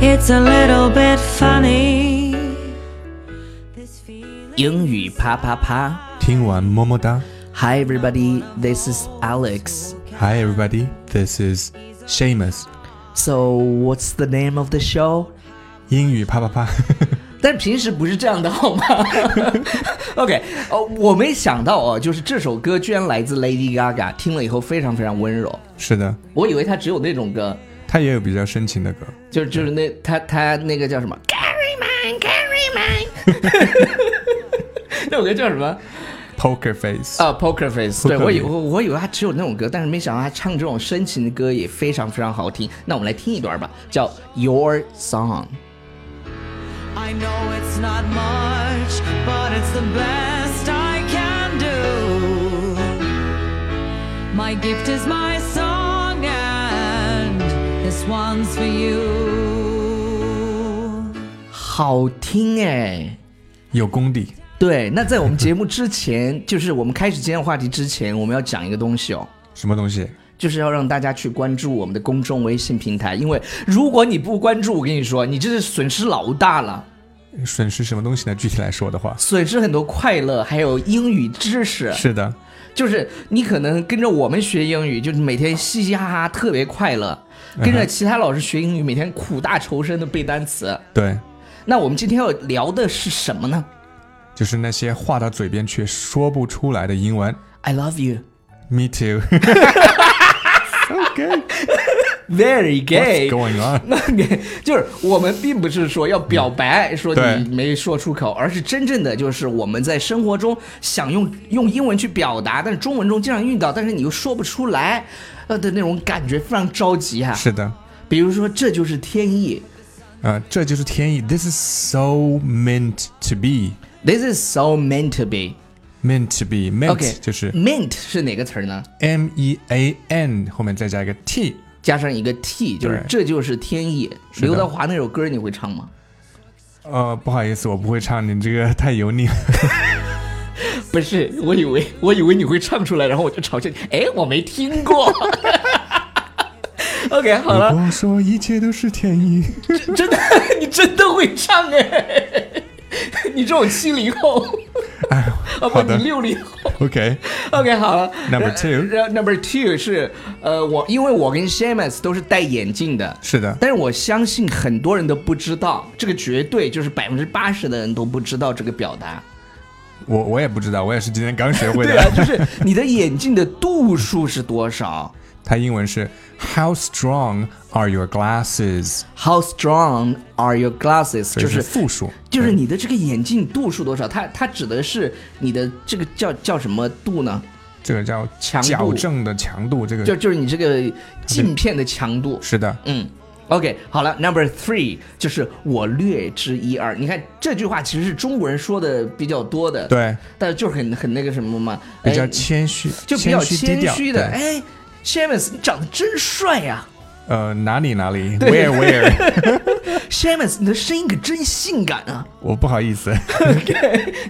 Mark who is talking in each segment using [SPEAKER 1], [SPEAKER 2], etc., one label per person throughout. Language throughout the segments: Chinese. [SPEAKER 1] It's a little bit funny. This feeling
[SPEAKER 2] 英语啪啪啪
[SPEAKER 3] 听完么么哒。
[SPEAKER 2] ！Hi everybody, this is Alex.
[SPEAKER 3] Hi everybody, this is Seamus，
[SPEAKER 2] So what's the name of the show?
[SPEAKER 3] 英语啪啪啪。
[SPEAKER 2] 但平时不是这样的好吗 ？OK，呃，我没想到哦，就是这首歌居然来自 Lady Gaga，听了以后非常非常温柔。
[SPEAKER 3] 是的，
[SPEAKER 2] 我以为她只有那种歌，
[SPEAKER 3] 他也有比较深情的歌。
[SPEAKER 2] 就是就是那她她那个叫什么？Carry mine, carry mine。那首歌叫什么？
[SPEAKER 3] Poker Face，、
[SPEAKER 2] 啊，Poker Face，对
[SPEAKER 3] 特
[SPEAKER 2] 我以
[SPEAKER 3] 别
[SPEAKER 2] 我我以为他只有那种歌，但是没想到他唱这种深情的歌也非常非常好听。那我们来听一段吧，叫《Your Song》。
[SPEAKER 1] I know it's not much, but it's the best I can do. My gift is my song, and this one's for you.
[SPEAKER 2] 好听哎。
[SPEAKER 3] 有功底。
[SPEAKER 2] 对，那在我们节目之前， 就是我们开始今天的话题之前，我们要讲一个东西哦。
[SPEAKER 3] 什么东西？
[SPEAKER 2] 就是要让大家去关注我们的公众微信平台，因为如果你不关注，我跟你说，你这是损失老大了，
[SPEAKER 3] 损失什么东西呢？具体来说的话，
[SPEAKER 2] 损失很多快乐，还有英语知识。
[SPEAKER 3] 是的，
[SPEAKER 2] 就是你可能跟着我们学英语，就是每天嘻嘻哈哈，特别快乐；
[SPEAKER 3] 嗯
[SPEAKER 2] 跟着其他老师学英语，每天苦大仇深的背单词。
[SPEAKER 3] 对，
[SPEAKER 2] 那我们今天要聊的是什么呢
[SPEAKER 3] 就是那些话到嘴边却说不出来的英文。
[SPEAKER 2] ？I love you,
[SPEAKER 3] Me too. okay.
[SPEAKER 2] very
[SPEAKER 3] What's
[SPEAKER 2] gay。
[SPEAKER 3] going on?
[SPEAKER 2] 那你就是我们并不是说要表白，说
[SPEAKER 3] 对
[SPEAKER 2] 你没说出口，而是真正的就是我们在生活中想用用英文去表达，但是中文中经常遇到，但是你又说不出来，呃的那种感觉非常着急啊。
[SPEAKER 3] 是的，
[SPEAKER 2] 比如说，这就是天意。
[SPEAKER 3] 呃，这就是天意。This is so meant to be.
[SPEAKER 2] This is so meant to be。
[SPEAKER 3] Meant to be. Meant
[SPEAKER 2] OK，
[SPEAKER 3] 就是
[SPEAKER 2] meant 是哪个词儿呢？
[SPEAKER 3] M E A N 后面再加一个 T。
[SPEAKER 2] 加上一个 t，就是
[SPEAKER 3] 对
[SPEAKER 2] 这就是天意。
[SPEAKER 3] 的
[SPEAKER 2] 刘德华那首歌你会唱吗？
[SPEAKER 3] 呃，不好意思，我不会唱，你这个太油腻了。
[SPEAKER 2] 不是，我以为我以为你会唱出来，然后我就嘲笑你。哎，我没听过。OK，好
[SPEAKER 3] 如
[SPEAKER 2] 了，
[SPEAKER 3] 果说一切都是 天意，
[SPEAKER 2] 真的，你真的会唱哎！你这种七零 后，
[SPEAKER 3] 哎呦，
[SPEAKER 2] 啊不，
[SPEAKER 3] 好的
[SPEAKER 2] 你六零后。
[SPEAKER 3] OK，
[SPEAKER 2] OK，好了。
[SPEAKER 3] Number two
[SPEAKER 2] 然后 Number two 是呃，我因为我跟 Shamus 都是戴眼镜的，
[SPEAKER 3] 是的，
[SPEAKER 2] 但是我相信很多人都不知道，这个绝对就是百分之八十的人都不知道这个表达。
[SPEAKER 3] 我我也不知道，我也是今天刚学会
[SPEAKER 2] 对啊，
[SPEAKER 3] 的。
[SPEAKER 2] 就是你的眼镜的度数是多少
[SPEAKER 3] 它英文是 How strong are your glasses？
[SPEAKER 2] ？How strong are your glasses？
[SPEAKER 3] 所以
[SPEAKER 2] 就是
[SPEAKER 3] 复数，
[SPEAKER 2] 就是
[SPEAKER 3] 对
[SPEAKER 2] 你的这个眼镜度数多少？它它指的是你的这个叫叫什么度呢？
[SPEAKER 3] 这个叫
[SPEAKER 2] 强度
[SPEAKER 3] 矫正的强度，这
[SPEAKER 2] 就
[SPEAKER 3] 个
[SPEAKER 2] 就是你这个镜片的强度。
[SPEAKER 3] 是的，
[SPEAKER 2] 嗯，OK，好了，Number three 就是我略知一二。你看这句话其实是中国人说的比较多的，，
[SPEAKER 3] 对，
[SPEAKER 2] 但就是很很那个什么嘛，
[SPEAKER 3] 比较
[SPEAKER 2] 哎
[SPEAKER 3] 谦虚，
[SPEAKER 2] 就比较
[SPEAKER 3] 谦虚低
[SPEAKER 2] 谦
[SPEAKER 3] 调
[SPEAKER 2] 虚的，
[SPEAKER 3] 对
[SPEAKER 2] 哎，Shamus 你长得真帅啊呀、
[SPEAKER 3] 呃，哪里哪里 ，where where，
[SPEAKER 2] s h a m u s 你的声音可真性感啊！
[SPEAKER 3] 我不好意思，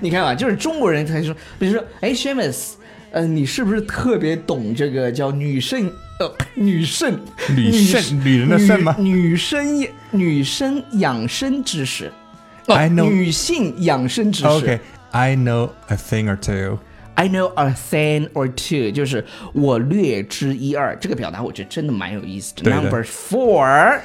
[SPEAKER 2] 你看啊，就是中国人才说，比如说，哎，Shamus，呃，你是不是特别懂这个叫女肾呃女肾
[SPEAKER 3] 女肾女人的肾吗
[SPEAKER 2] 女女生女生养生知识。哦
[SPEAKER 3] I know-
[SPEAKER 2] 女性养生知识。
[SPEAKER 3] OK，I know a thing or two。
[SPEAKER 2] I know a thing or two，就是我略知一二。这个表达我觉得真的蛮有意思的。
[SPEAKER 3] 对的
[SPEAKER 2] Number four，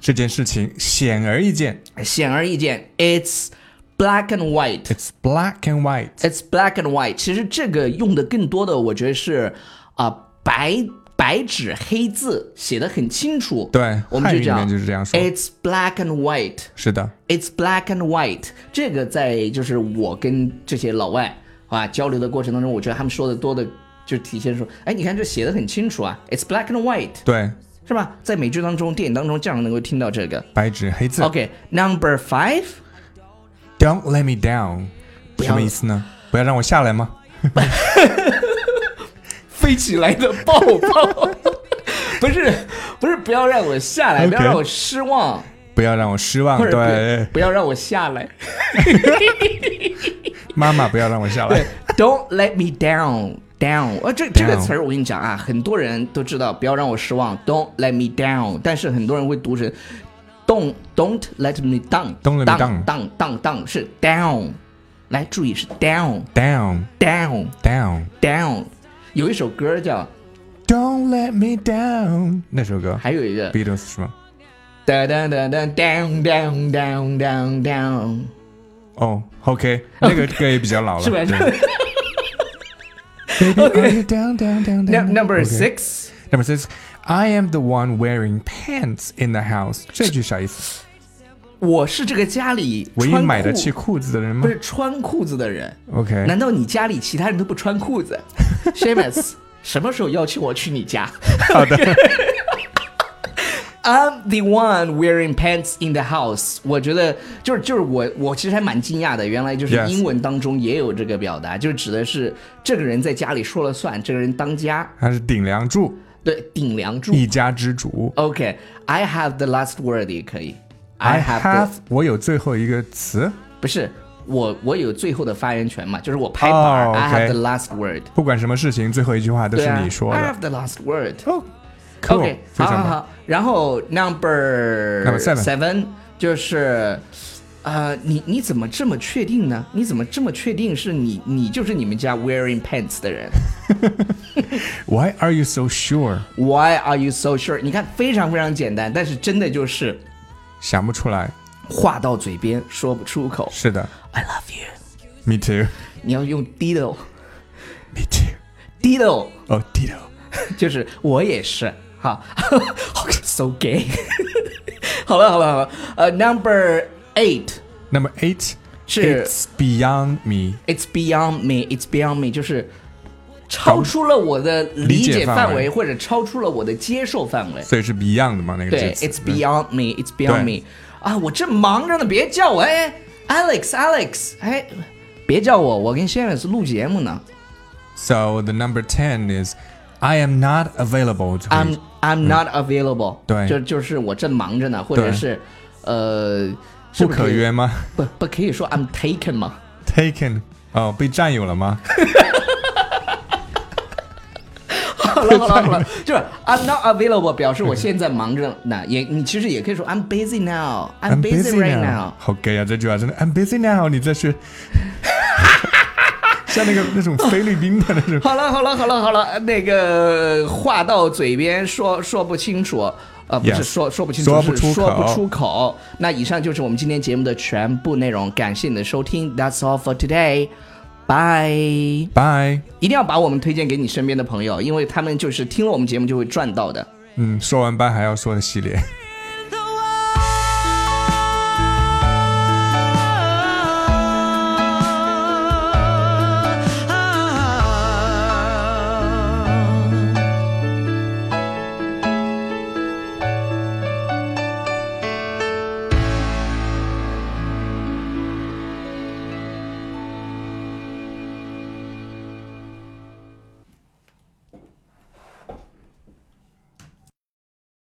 [SPEAKER 3] 这件事情显而易见
[SPEAKER 2] 显而易见，It's black and white。
[SPEAKER 3] ，It's black and white。
[SPEAKER 2] It's black and white。其实这个用的更多的，我觉得是啊、白白纸黑字写的很清楚。
[SPEAKER 3] 对
[SPEAKER 2] 我们就
[SPEAKER 3] 汉语里
[SPEAKER 2] 讲
[SPEAKER 3] 面就是这样说
[SPEAKER 2] It's black and white。
[SPEAKER 3] 是的，
[SPEAKER 2] It's black and white。这个在就是我跟这些老外啊交流的过程当中，我觉得他们说的多的就体现出，哎，你看这写的很清楚啊，It's black and white，
[SPEAKER 3] 对，
[SPEAKER 2] 是吧？在美剧当中、电影当中，这样能够听到这个。
[SPEAKER 3] 白纸黑字。
[SPEAKER 2] OK，Number、five。
[SPEAKER 3] Don't let me down，
[SPEAKER 2] 不要
[SPEAKER 3] 什么意思呢？不要让我下来吗？
[SPEAKER 2] 飞起来的抱抱。 不是，不是，不要让我下来
[SPEAKER 3] OK
[SPEAKER 2] 不要让我失望，
[SPEAKER 3] 不要让我失望
[SPEAKER 2] 或，者
[SPEAKER 3] 对
[SPEAKER 2] 不，不要让我下来。
[SPEAKER 3] 妈妈不要让我下来。
[SPEAKER 2] Don't let me down, down。呃，这这个
[SPEAKER 3] Down
[SPEAKER 2] 词儿我跟你讲啊，很多人都知道，不要让我失望，Don't let me down。但是很多人会读成 Don't don't let me down.
[SPEAKER 3] Don't let me
[SPEAKER 2] down.
[SPEAKER 3] down.
[SPEAKER 2] Down down down 是 down，来注意是 down
[SPEAKER 3] Down,
[SPEAKER 2] down
[SPEAKER 3] down.
[SPEAKER 2] down。有一首歌叫，
[SPEAKER 3] Don't let me down. 那首歌
[SPEAKER 2] 还有一个
[SPEAKER 3] Beatles 是吗？
[SPEAKER 2] da da da da down down down down down，
[SPEAKER 3] 哦、o k 那个歌也比较老了。
[SPEAKER 2] 是吧
[SPEAKER 3] 对 Baby, are you down, down, down,
[SPEAKER 2] Num-
[SPEAKER 3] down?
[SPEAKER 2] number
[SPEAKER 3] Okay.
[SPEAKER 2] six
[SPEAKER 3] Number six. I am the one wearing pants in the house. 这句啥意思？
[SPEAKER 2] 我是这个家里
[SPEAKER 3] 唯一
[SPEAKER 2] 穿
[SPEAKER 3] 买得
[SPEAKER 2] 裤
[SPEAKER 3] 起裤子的人吗
[SPEAKER 2] 不是穿裤子的人。
[SPEAKER 3] ？OK。
[SPEAKER 2] 难道你家里其他人都不穿裤 子？Shamus，什么时候邀请我去你家
[SPEAKER 3] 好的。
[SPEAKER 2] ？I'm the one wearing pants in the house。我觉得就是就是我我其实还蛮惊讶的，原来就是
[SPEAKER 3] Yes
[SPEAKER 2] 英文当中也有这个表达，就是指的是这个人在家里说了算，这个人当家，
[SPEAKER 3] 他是顶梁柱，
[SPEAKER 2] 对，顶梁柱。
[SPEAKER 3] 一家之主。
[SPEAKER 2] OK，I、have the last word 也可以。
[SPEAKER 3] I
[SPEAKER 2] have,
[SPEAKER 3] have，
[SPEAKER 2] the,
[SPEAKER 3] 我有最后一个词，
[SPEAKER 2] 不是我我有最后的发言权嘛，就是我拍板儿、
[SPEAKER 3] 哦
[SPEAKER 2] I have
[SPEAKER 3] OK
[SPEAKER 2] the last word。
[SPEAKER 3] 不管什么事情，最后一句话都
[SPEAKER 2] 对
[SPEAKER 3] 是
[SPEAKER 2] 啊
[SPEAKER 3] 你说
[SPEAKER 2] ，I
[SPEAKER 3] 的。
[SPEAKER 2] have the last word。
[SPEAKER 3] 哦 cool，
[SPEAKER 2] OK，
[SPEAKER 3] 非
[SPEAKER 2] 好
[SPEAKER 3] 常
[SPEAKER 2] 好
[SPEAKER 3] 棒。
[SPEAKER 2] 好。然后 number
[SPEAKER 3] Number seven
[SPEAKER 2] seven 就是，呃，你你怎么这么确定呢？你怎么这么确定是你你就是你们家 wearing pants 的人
[SPEAKER 3] Why are you so sure？
[SPEAKER 2] ？Why are you so sure？你看非常非常简单，但是真的就是
[SPEAKER 3] 想不出来。
[SPEAKER 2] 话到嘴边说不出口。
[SPEAKER 3] 是的
[SPEAKER 2] I love you，
[SPEAKER 3] ，Me too。
[SPEAKER 2] 你要用 diddle
[SPEAKER 3] Me too。
[SPEAKER 2] diddle，
[SPEAKER 3] 哦，Dito。
[SPEAKER 2] 就是我也是。好，so gay 好了。好了好了呃，number eight。
[SPEAKER 3] Number eight
[SPEAKER 2] 是
[SPEAKER 3] It's beyond me。
[SPEAKER 2] It's beyond me, it's beyond me，就是超出了我的理解范
[SPEAKER 3] 理解范
[SPEAKER 2] 围，
[SPEAKER 3] 围
[SPEAKER 2] 或者超出了我的接受范围。
[SPEAKER 3] 所以是 beyond 的嘛？那个
[SPEAKER 2] 对
[SPEAKER 3] 这个
[SPEAKER 2] ，It's
[SPEAKER 3] 词嗯
[SPEAKER 2] beyond me, it's beyond
[SPEAKER 3] 对
[SPEAKER 2] me。啊，我正忙着呢，别叫我，哎，Alex，Alex，哎，别叫我，我跟 Shamus 录节目呢。
[SPEAKER 3] So the number ten is I am not available to
[SPEAKER 2] I'm I'm not available，
[SPEAKER 3] 对
[SPEAKER 2] 就就是我正忙着呢，或者
[SPEAKER 3] 对
[SPEAKER 2] 是呃，是
[SPEAKER 3] 不
[SPEAKER 2] 不是
[SPEAKER 3] 可
[SPEAKER 2] 以
[SPEAKER 3] 约，吗
[SPEAKER 2] 不不可以说 I'm taken 吗？
[SPEAKER 3] ？Taken 哦，被占有了吗？
[SPEAKER 2] 好了好了好了，就是 I'm not available，表示我现在忙着呢。也你其实也可以说 I'm busy now，I'm busy right now。
[SPEAKER 3] 好 gay 啊，这句话真的，I'm busy now。你这是 像那个那种菲律宾的那 种。
[SPEAKER 2] 好了好了好了好了，那个话到嘴边说说不清楚。呃，不是
[SPEAKER 3] Yes
[SPEAKER 2] 说说不清楚，
[SPEAKER 3] 说
[SPEAKER 2] 是
[SPEAKER 3] 不出口
[SPEAKER 2] 说不出口。那以上就是我们今天节目的全部内容，感谢你的收听，That's all for today，bye。
[SPEAKER 3] Bye。
[SPEAKER 2] 一定要把我们推荐给你身边的朋友，因为他们就是听了我们节目就会赚到的。
[SPEAKER 3] 嗯，说完 bye 还要说的系列。